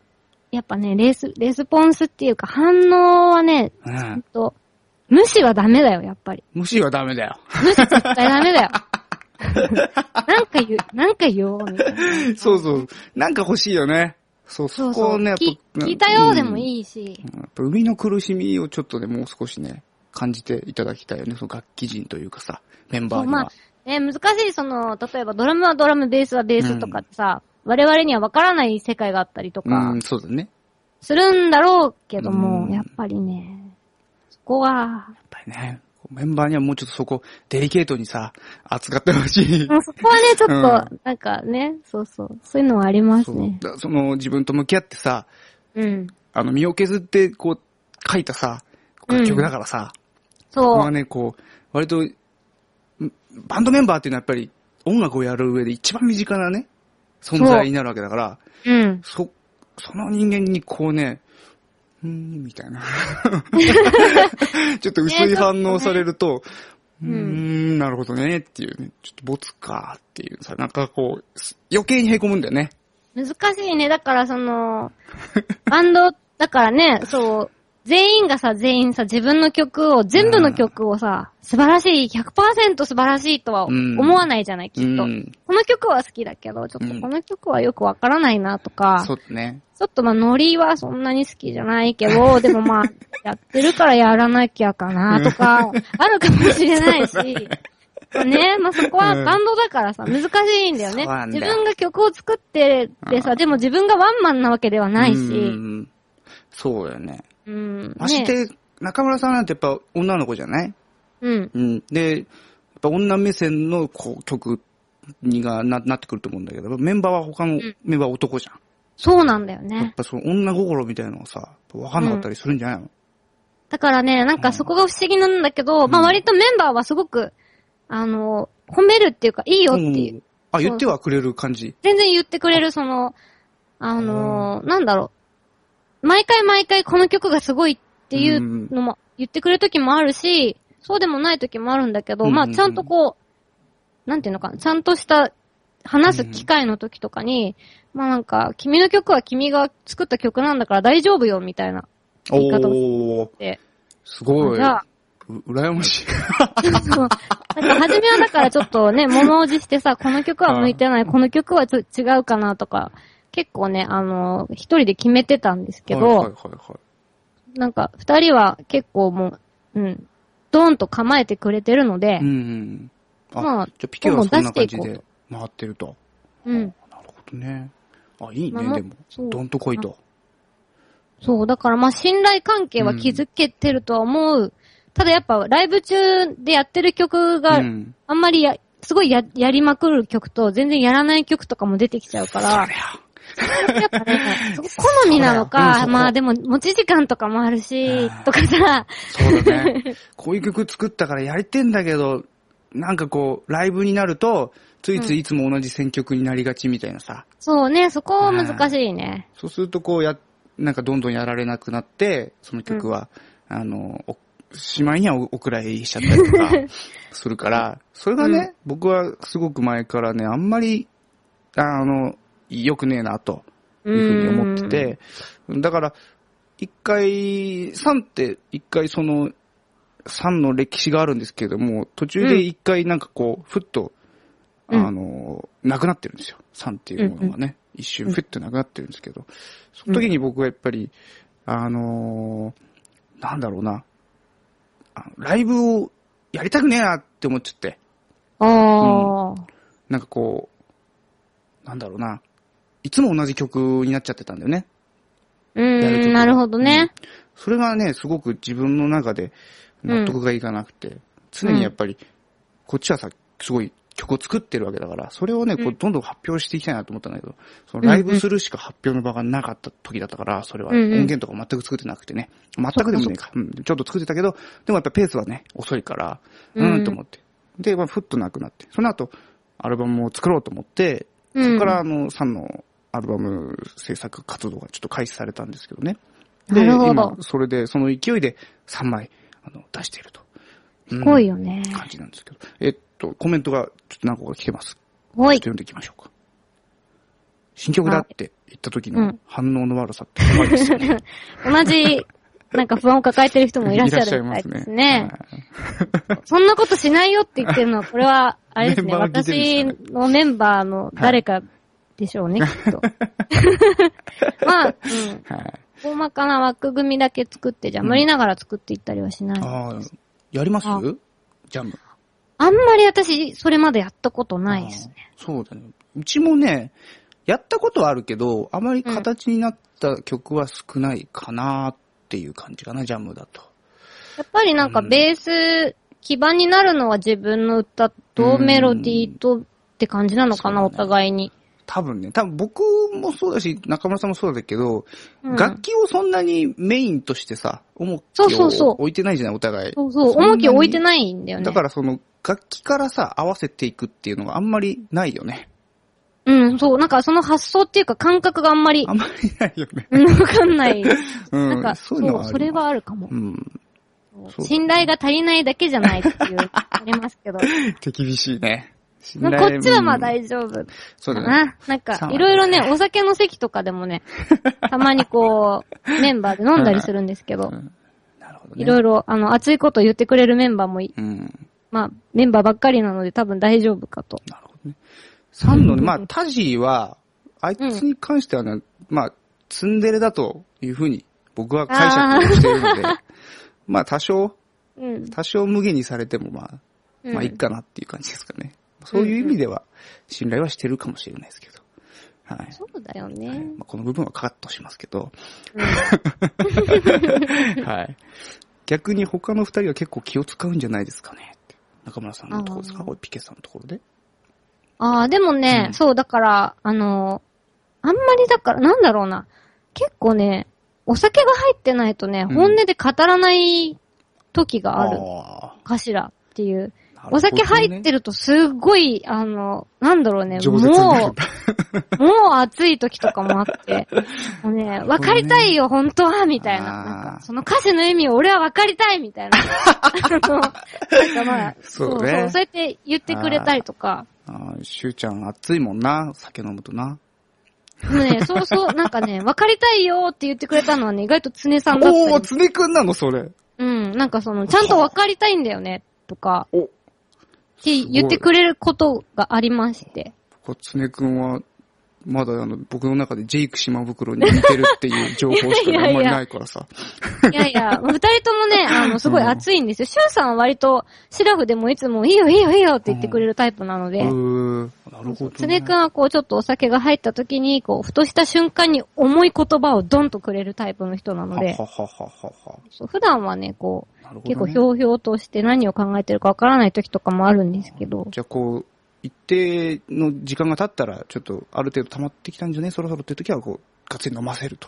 やっぱね、レース、レスポンスっていうか反応はね、うんほんと、無視はダメだよ、やっぱり。無視はダメだよ。無視絶対ダメだ よ。なんか言う、なんか言おう、みたいな。そうそう。なんか欲しいよね。そう、そそうこそをう。ね、やっ聞ぱ聞いたようでもい。いいし。うんやっぱ海の苦しみをちょっとね、もう少しね、感じていただきたいよね。その楽器人というかさ、メンバーにまはあ。、ね、難しい、その、例えばドラムはドラム、ベースはベースとかってさ、我々には分からない世界があったりとかう、ん、そうだね。するんだろうけども、うんやっぱりね、そこは、やっぱりね、メンバーにはもうちょっとそこ、デリケートにさ、扱ってほしい。うんそこはね、ちょっと、うなんかね、そうそう、そういうのはありますそうね。だその、自分と向き合ってさ、うん。あの、身を削って、こう、書いたさ、楽曲だからさ、これそはう。ね、こう、割と、んバンドメンバーっていうのはやっぱり、音楽をやる上で一番身近なね、存在になるわけだから、うん。そ、その人間にこうね、うーん、みたいな。 ちょっと薄い反応されると、うーねん、なるほどね、っていうね。ちょっとボツか、っていうさ、なんかこう、す余計に凹むんだよね。難しいね。だから その、バンド、だからね、そう、全員がさ、全員さ、自分の曲を、全部の曲をさ、素晴らしい、100%素晴らしいとはうん思わないじゃない、きうっと。ん。この曲は好きだけど、ちょっうんとこの曲はよくわからないなとか、そうだね。ちょっとまあノリはそんなに好きじゃないけ ど、でもまあ、やってるからやらなきゃかなとか、あるかもしれないし、ね、まあそこはうんバンドだからさ、難しいんだよねそうなんだ自よ分が曲を作ってでうさ、でも自分がワンマンなわけではないし、し。そうだよね。うん。まして、中村さんなんてやっぱ女の子じゃないうん。うん。で、やっぱ女目線のこう曲にがななってくると思うんだけど、メンバーは他のんメンバーは男じゃん。そうなんだよやっね。ぱその女心みたいなのがさ、わかんなかったりするんじゃないの、だからね、なんかそこが不思議なんだけど、んまあ割とメンバーはすごく、あの、褒めるっていうか、いいよっていう。んあ、言ってはくれる感じ。全然言ってくれる、その、あのーなんだろう。毎回毎回この曲がすごいっていうのも、言ってくれる時もあるし、そうでもない時もあるんだけど、うんうんうんまあちゃんとこう、なんていうのかな、ちゃんとした、話す機会の時とかに、まあなんか、君の曲は君が作った曲なんだから大丈夫よ、みたいな。言い方をおー、で、すごい。じゃあ、う羨ましい。そう。なんか、初めはだからちょっとね、物おじし てさ、この曲は向いてない、この曲はちょ違うかなとか、結構ね、あの、一人で決めてたんですけど、はいはいはいはい。なんか、二人は結構もう、うん、ドーンと構えてくれてるのでうん、うん。あ、まあじゃあピケはそんな感じどんどん出していで回ってると。うん、なるほどね。あ、いいまね、あまあでもそ。うどんと来いと。そう、だからまあ、信頼関係は築けてるとは思う。ただやっぱ、ライブ中でやってる曲うが、ん。あんまりや、すごいや、やりまくる曲と、全然やらない曲とかも出てきちゃうから、やっぱね、そこ好みなのそうだようんか、そこまあでも持ち時間とかもあるあしー、とかさ、そうだね。こういう曲作ったからやりてんだけど、なんかこう、ライブになると、ついついいつも同じ選曲になりがちみたいなさ。そうね、そこは難しいね。そうするとこうや、なんかどんどんやられなくなって、その曲は、あの、おしまいにはおお蔵入りしちゃったりとかするから、それがね、僕はすごく前からね、あんまり、あの、良くねえな、といううふうに思ってん。て、だから、一回、サンって、一回その、サンの歴史があるんですけれども、途中で一回なんかこう、ふっと、うんあの、なくなってるんですよ。サンっていうものがね。一瞬ふっとなくなってるんですけど、その時に僕はやっぱり、あのーなんだろうな、あのライブをやりたくねえなって思っちゃって、あーなんかこう、なんだろうな、いつも同じ曲になっちゃってたんだよね。うやるー曲ん、なるほどね。それがね、すごく自分の中で納得がいかなくて、常にやっぱり、こっちはさ、すごい曲を作ってるわけだから、それをね、こううんどんどん発表していきたいなと思ったんだけど、そのライブするしか発表の場がなかった時だったから、それは、うんうん音源とか全く作ってなくてね、全くでもねえか、うん、ちょっと作ってたけど、でもやっぱペースはね、遅いから、ううんーんと思って。で、まあ、ふっとなくなって、その後、アルバムを作ろうと思って、うそん。こからあの、サンのアルバム制作活動がちょっと開始されたんですけどね。なで、るほど今、それで、その勢いで3枚、あの、出していると。すすごいよね。感じなんですけど。えっと、コメントがちょっと何個か来てます。ちょっほとい。読んでいきましょうか。新曲だって言った時はいうのん反応の悪さっ て怖いですよね。同じ、なんか不安を抱えてる人もいらっしゃるみたいですね。はいそんなことしないよって言ってるのは、これは、 あれですね、メンバーが聞いてる私んですかのメンバーの誰かでしょ うね、きっと。 まあ、うん。はい。大まかな枠組みだけ作って、じゃあうん無理ながら作っていったりはしない。ああ、やりますあジャム。あんまり私、それまでやったことないですね。あーそうだね。うちもね、やったことはあるけど、あまり形になった曲は少ないかなっていう感じかな、ジャムだと。やっぱりなんかうんベース、基盤になるのは自分の歌とメロディーとって感じなのかな、そうおだね互いに。多分ね、多分僕もそうだし、中村さんもそうだけど、うん楽器をそんなにメインとしてさ、重そうきそうそをう置いてないじゃない、お互い。そうそう、んなに重きを置いてないんだよね。だからその、楽器からさ、合わせていくっていうのがあんまりないよね。うん、そう、なんかその発想っていうか感覚があんまりあ、んまりないよね。うんわかんない。うん。なんか、そういのそれははあるかもある。。う ん。そう信頼が足りないだけじゃないっていう、あります けど。手厳しいね。信まあ頼こっちはまあうん大丈夫そうだかね。な。なんそうだか、ねいろいろね、お酒の席とかでも ね、たまにこう、メンバーで飲んだりするんですけどう、んなるほどね。いろいいろ、あの、熱いこと言ってくれるメンバーもい、ろ。うん。まあ、メンバーばっかりなので多分大丈夫かと。なるほどね。サンのね、まあ、タジーは、あいつに関してはね、まあ、ツンデレだというふうに、僕は解釈をしているので、 まあ、多少、うん。多少無限にされても、まあ、まあ、いっかなっていう感じですかね。そういう意味では、信頼はしてるかもしれないですけど。はい。うんそうだよはねい。まあこの部分はカットしますけど、うん はい。逆に他の二人は結構気を使うんじゃないですかねって。中村さんのところですあかーこれピケさんのところで。ああ、でもね、うんそう、だから、あのーあんまりだから、なんだろうな。結構ね、お酒が入ってないとね、うん本音で語らない時があるかしらっていう。あーお酒入ってるるとすっごい、あの、なんだろうね、ほどもね饒舌になるんだう、もう暑い時とかもあって、も うね、わかりたいよ、本当は、みたいな。あーなんか、その歌詞の意味を俺はわかりたい、み たいな。あのなんかまあ、そうねそう、そうやって言ってくれたりとか。あーしゅうちゃん熱いもんな。酒飲むとな。で もね、そうそう、なんかね、分かりたいよって言ってくれたのはね、意外と常さんだったりおー、つねくんなのそれ。うん、なんかその、ちゃんと分かりたいんだよね、とか、っお、こて言ってくれることがあり まして。こつねくんは、まだあの、僕の中でジェイク島袋に似てるっていう情報 しかあんまりないからさ。いやいや、二人ともね、あの、すごい熱いんですよ。シュウさんは割と、シラフでもいつも、いいよいいよいいよって言ってくれるタイプなので、うー、なるほど、ね。つねくんはこう、ちょっとお酒が入った時に、こう、ふとした瞬間に重い言葉をドンとくれるタイプの人なのでは、ははははは。そう普段はね、こう、なるほど、ね。結構ひょうひょうとして何を考えてるかわからない時とかもあるんですけど、じゃあこう、一定の時間が経ったら、ちょっとある程度溜まってきたんじゃねそろそろっていう時は、こう、ガッツリ飲ませると。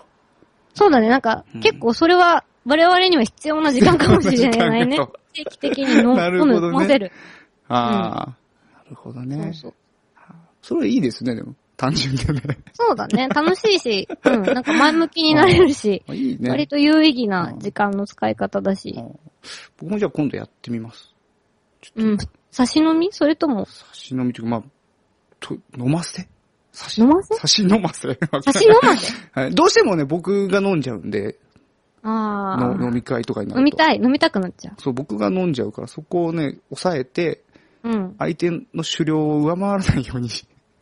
そうだね、なんか、うん結構それは我々には必要な時間かもしれないね必要な時間だと。定期的に飲むなるほどね飲ませる。ああ、なるほどそねう。そう。それいいですね、でも。単純でね。そうだね、楽しいし、うん、なんか前向きになれるし、あいい割ね。と有意義な時間の使い方だしう、ん僕もじゃあ今度やってみます。ちうん、差し飲みそれとも、差し飲みというか、まあ、と、飲ませ差し飲ませ差し飲ませ差し飲ませはいどうしてもね、僕が飲んじゃうんで、あの飲あ。み会とかになると。飲みたい、飲みたくなっちゃそう、僕が飲んじゃうから、そこをね、抑えて、う。うん。相手の狩猟を上回らないように、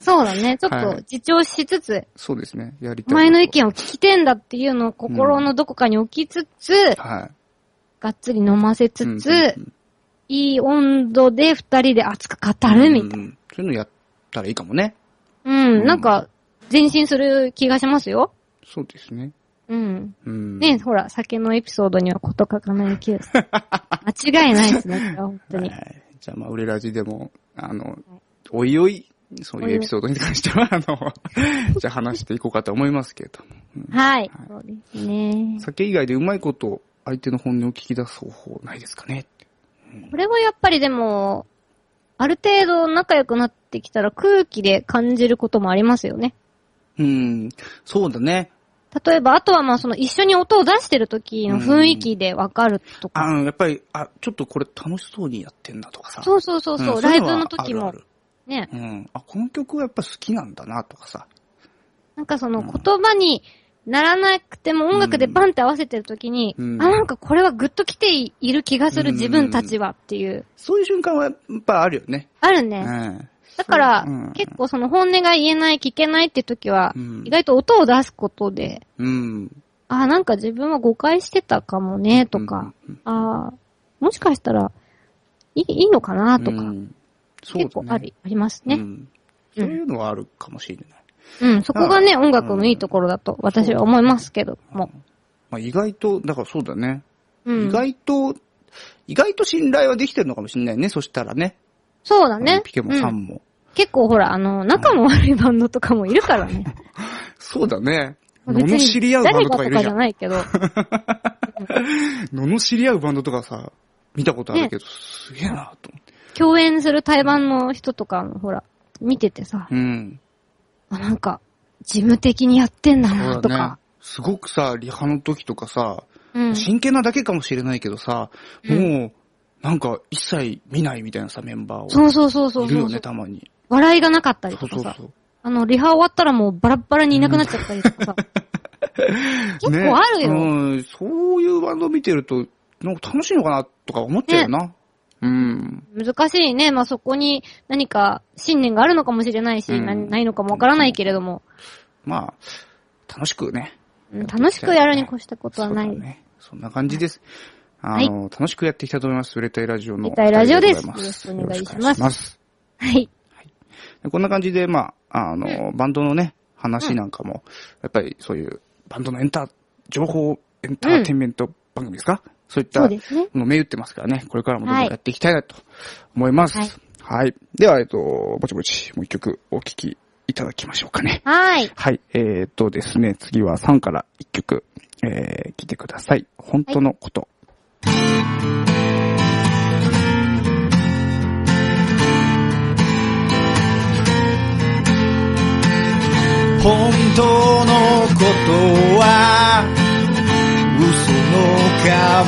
そうだね、ちょっはとい自重しつつ、そうですね、やりたい。前の意見を聞きてんだっていうのを心のどこかに置きつつ、はい。がっつり飲ませつつ、うんいい温度で二人で熱く語るみたいな。うんそういうのやったらいいかもね。うん、うんなんか、前進する気がしますよ。そうですね。うん。うん。ね、ほら、酒のエピソードにはこと書かない気 です。間違いないですね、本当はに。い。じゃあ、まあ、売れラジでも、あの、おいおい、そういうエピソードに関しては、 あの、じゃあ話していこうかと思いますけれども。はい。そうですね。酒以外でうまいこと、相手の本音を聞き出す方法ないですかねってこれはやっぱりでも、ある程度仲良くなってきたら空気で感じることもありますよね。うん。そうだね。例えば、あとはまあその一緒に音を出してる時の雰囲気でわかるとか。あの、やっぱり、あ、ちょっとこれ楽しそうにやってんなとかさ。そうそうそうそう、んライいブうはの時も。あるねあ。るうん。あ、この曲はやっぱ好きなんだなとかさ。なんかそのうん言葉にならなくても音楽でバンって合わせてるときに、うんあ、なんかこれはグッと来ている気がする自分たちはっていう、そういう瞬間はやっぱあるよね。あるうね。ん。だからそううん、結構その本音が言えない、聞けないって時はうん、意外と音を出すことで、うん。あ、なんか自分は誤解してたかもね、とか、あ、もしかしたら、いいいいのかな、とか、うんそうだね結構あり、ありますうね。ん。そういうのはあるかもしれない。うん、そこがね、音楽のいいところだと私は思いますけども。まあ、意外と、だからそうだね。うん意外と、意外と信頼はできてるのかもしれないね。そしたらね。そうだね。ピケもうんさんも。結構ほら、あの、仲の悪いバンドとかもいるか らね。そうだね。別に罵り合うバンドとかいるじゃん。誰がとかじゃない罵り合うバンドとかさ、見たことあるけど、すげえなと思って。けど、共演する対バンの人とかもほら、見ててさ、うん。あ、なんか、事務的にやってんだな、そうとだねか。。すごくさ、リハの時とかさ、うん。真剣なだけかもしれないけどさ、うんもう、なんか一切見ないみたいなさ、メンバーを。そうそうそうそうそう。いるよね、たまに。笑いがなかったりそとうそかさ。うそう。あの、リハ終わったらもうバラッバラにいなくなっちゃったりとかさ。結構あるよねうん、そういうバンド見てると、なんか楽しいのかなとか思っちゃうよな。うん。難しいね。まあ、そこに何か信念があるのかもしれないし、うんなないのかもわからないけれども、まあ、楽しくね。うん楽しくやるに越したことはなそうだい。ね。そんな感じです。いあの、楽しくやっていきたいと思います。売れたいラジオの。売れたいラジオですお二人ござまよろしくお願いしますよろくお願いす はい。でこんな感じで、まあ、あの、バンドのね、話なんかも、やっぱりそういう、バンドのエンター、情報、エンターテインメント番組ですか、そういったそうですね。もう銘打ってますからね、これからもどんどんやっていきたいなと思います。はい。では、えっと、ぼちぼち、もう一曲お聴きいただきましょうかね。はーい。はい。えー、っとですね、次は3から1曲、えー、聴いてください。本当のこと。本当のことは嘘の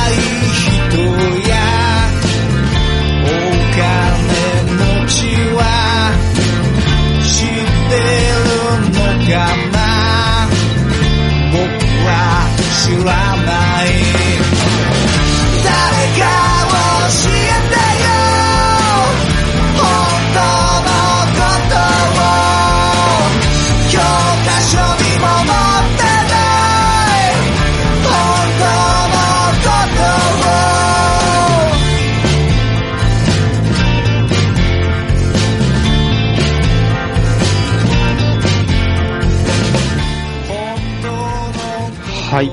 偉い人やお金持ちは知っているのかな僕は知らない誰か教えてよ本当のことを教科書にも載ってない本当のことをはい。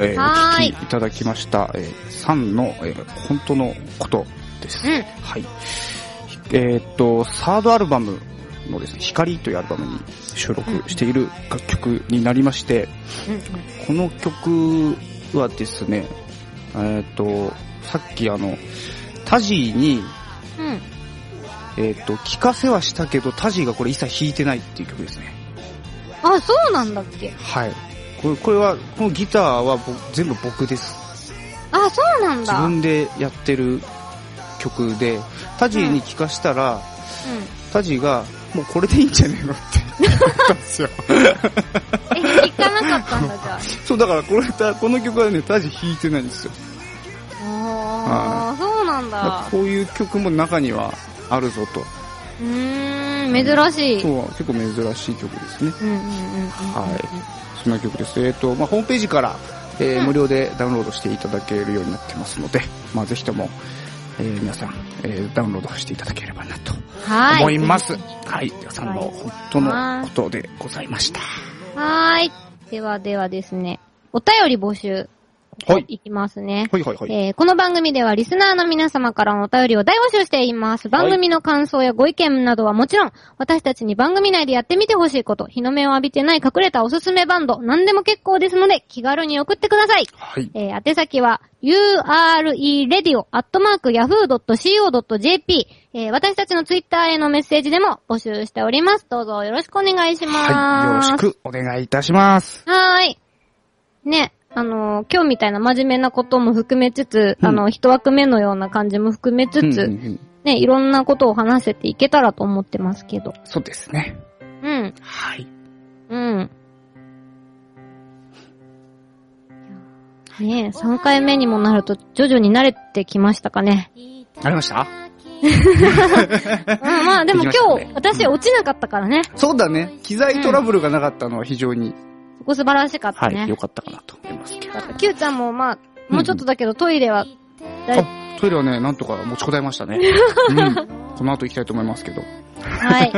えー、はおーい聴きいただきました、えー、3の、えー、本当のことです。うんはい。えーっと、サードアルバムのですね、光というアルバムに収録している楽曲になりまして、うんうこのん曲はですね、えーっと、さっきあの、タジーに、うん。えーっと、聞かせはしたけど、タジーがこれ一切弾いてないっていう曲ですね。あ、そうなんだっけはい。これこれは、このギターは僕全部僕です。あ、そうなん自だ。うん。分でやってる曲で、タジーに聞かしたら、タジーが、もうこれでいいんじゃねえのって言ったんですよ。え、聞かなかったんだ、じゃ そう、だからこれた、この曲はね、タジー弾いてないんですよ。あ。あー、そうなんだからだ。こういう曲も中にはあるぞと。うーん、珍しい。。そうう、結構珍しい曲ですね。んうんうんうん。はそんな曲です。えっ、と、まあ、ホームページから、えーうん無料でダウンロードしていただけるようになってますので、まあ、ぜひとも、えー皆さん、えーダウンロードしていただければなとはい。思います。はい。では、さんの本当はのこいとでございました。はーい。ではではですね、お便り募集。はいいきますね。はいはいはい。えーこの番組ではリスナーの皆様からのお便りを大募集しています。番組の感想やご意見などはもちろん、私たちに番組内でやってみてほしいこと、日の目を浴びてない隠れたおすすめバンド、何でも結構ですので、気軽に送ってください。はい。えー宛先は、ureradio.yahoo.co.jp、えー私たちのツイッターへのメッセージでも募集しております。どうぞよろしくお願いします。はい。よろしくお願いいたします。はーい。ね、あのー今日みたいな真面目なことも含めつつ、うんあの、一枠目のような感じも含めつつ、うんうんうんね、いろんなことを話せていけたらと思ってますけど。そうですね。うん、はい。うん。ねえ、3回目にもなると徐々に慣れてきましたかね。ありましたうん、まあでも今できました日、ね私落ちなかったからね。そうだね。機材トラブルがなかったのは非常に、そこ素晴らしかったはい、ね良。かったかなと思いますけど。キューちゃんもまあ、もうちょっとだけどトイレは、だいあ、トイレはね、なんとか持ちこたえま したね。うん。この後行きたいと思いますけど。はい。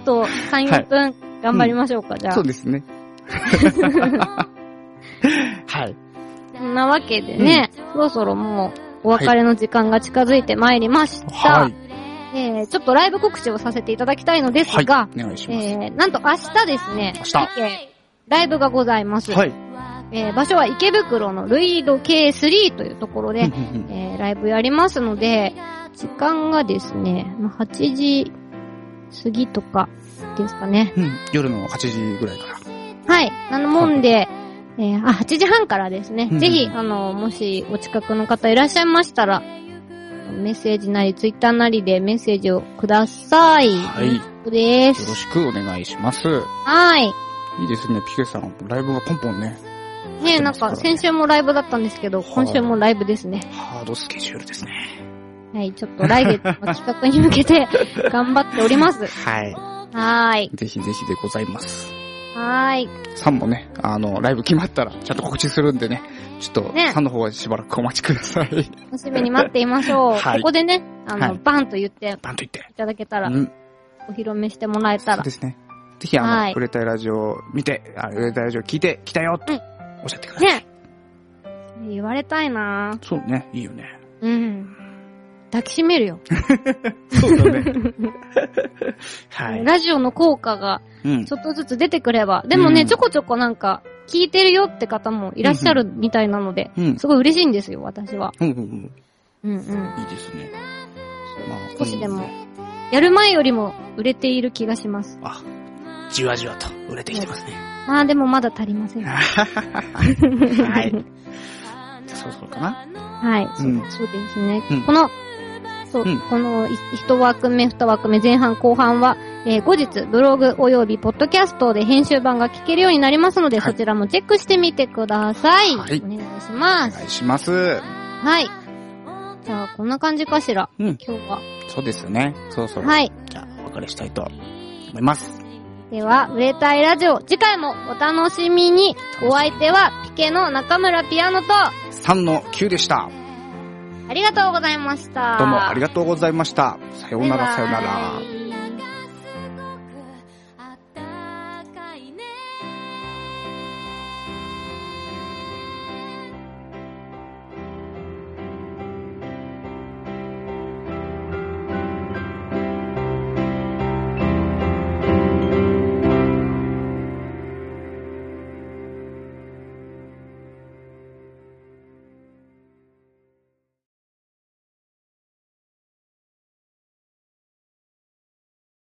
と3、4分頑張りましょうか、じゃあそう。ですね。はい。そんなわけでね、そろそろもうお別れの時間が近づいてまいりました。はい。えー、ちょっとライブ告知をさせていただきたいのですが、はい。お願いします。えー、なんと明日ですね、明日えーライブがございます。はい。えー、場所は池袋のルイード K3 というところで、うんうんうんえー、ライブやりますので、時間がですね、まあ8時過ぎとかですかね。うん。夜の8時ぐらいから。はい。あのもんで、えー、あ、8時半からですね。うんぜひ、あの、もしお近くの方いらっしゃいましたら、メッセージなり、ツイッターなりでメッセージをください。はい。よそうでろす。しくお願いします。はい。いいですね、ピケさん。ライブがポンポンね。ねなんか先週もライブだったんですけど、い今週もライブですね。ハードスケジュールですね。はい、ちょっと来月の企画に向 けて頑張っております。はい。はーい。ぜひぜひでございます。はーい。さんもね、あの、ライブ決まったら、ちゃんと告知するんでね、ちょっと、ねさんの方はしばらくお待ちください。楽しみに待っていましょう。はいここでね、あの、はいバンと言ってバンと言って。いただけたらう、ん。お披露目してもらえたそうらで。すね。ぜひ、あはの、い売れたいラジオを見て、あ売れたいラジオ聞いて、来たよ、とうんおっしゃってください。ね言われたいなぁそうね、いいよね。うん。抱きしめるよ。そう だね。はい。ラジオの効果がうんち。ょっとずつ出てくれば。でもね、うんちょこちょこなんか、聞いてるよって方もいらっしゃるみたいなので、うん。すごい嬉しいんですよ、私は。うんうんうん。うんうん。いいですね。まあ少しでも。やる前よりも売れている気がします。あ、じわじわと売れてきてますね。まあでもまだ足りません。ははい。じゃあそろそろかな。い、そううんそうですね。うんこの、そう、うんこのい一枠目、二枠目、前半、後半は、えー後日、ブログ及びポッドキャストで編集版が聞けるようになりますので、はいそちらもチェックしてみてください。はいお願いしおます。願いします。はい。じゃあ、こんな感じかしら、うん。今日は。そうですよね。そろそろ。はい。じゃあ、お別れしたいと思います。では、売れたいラジオ、次回もお楽しみに。お相手は、ピケの中村ピアノと、あ3の9でした。りがとうございました。どうもありがとうございました。さようなら、さようなら。バイバイ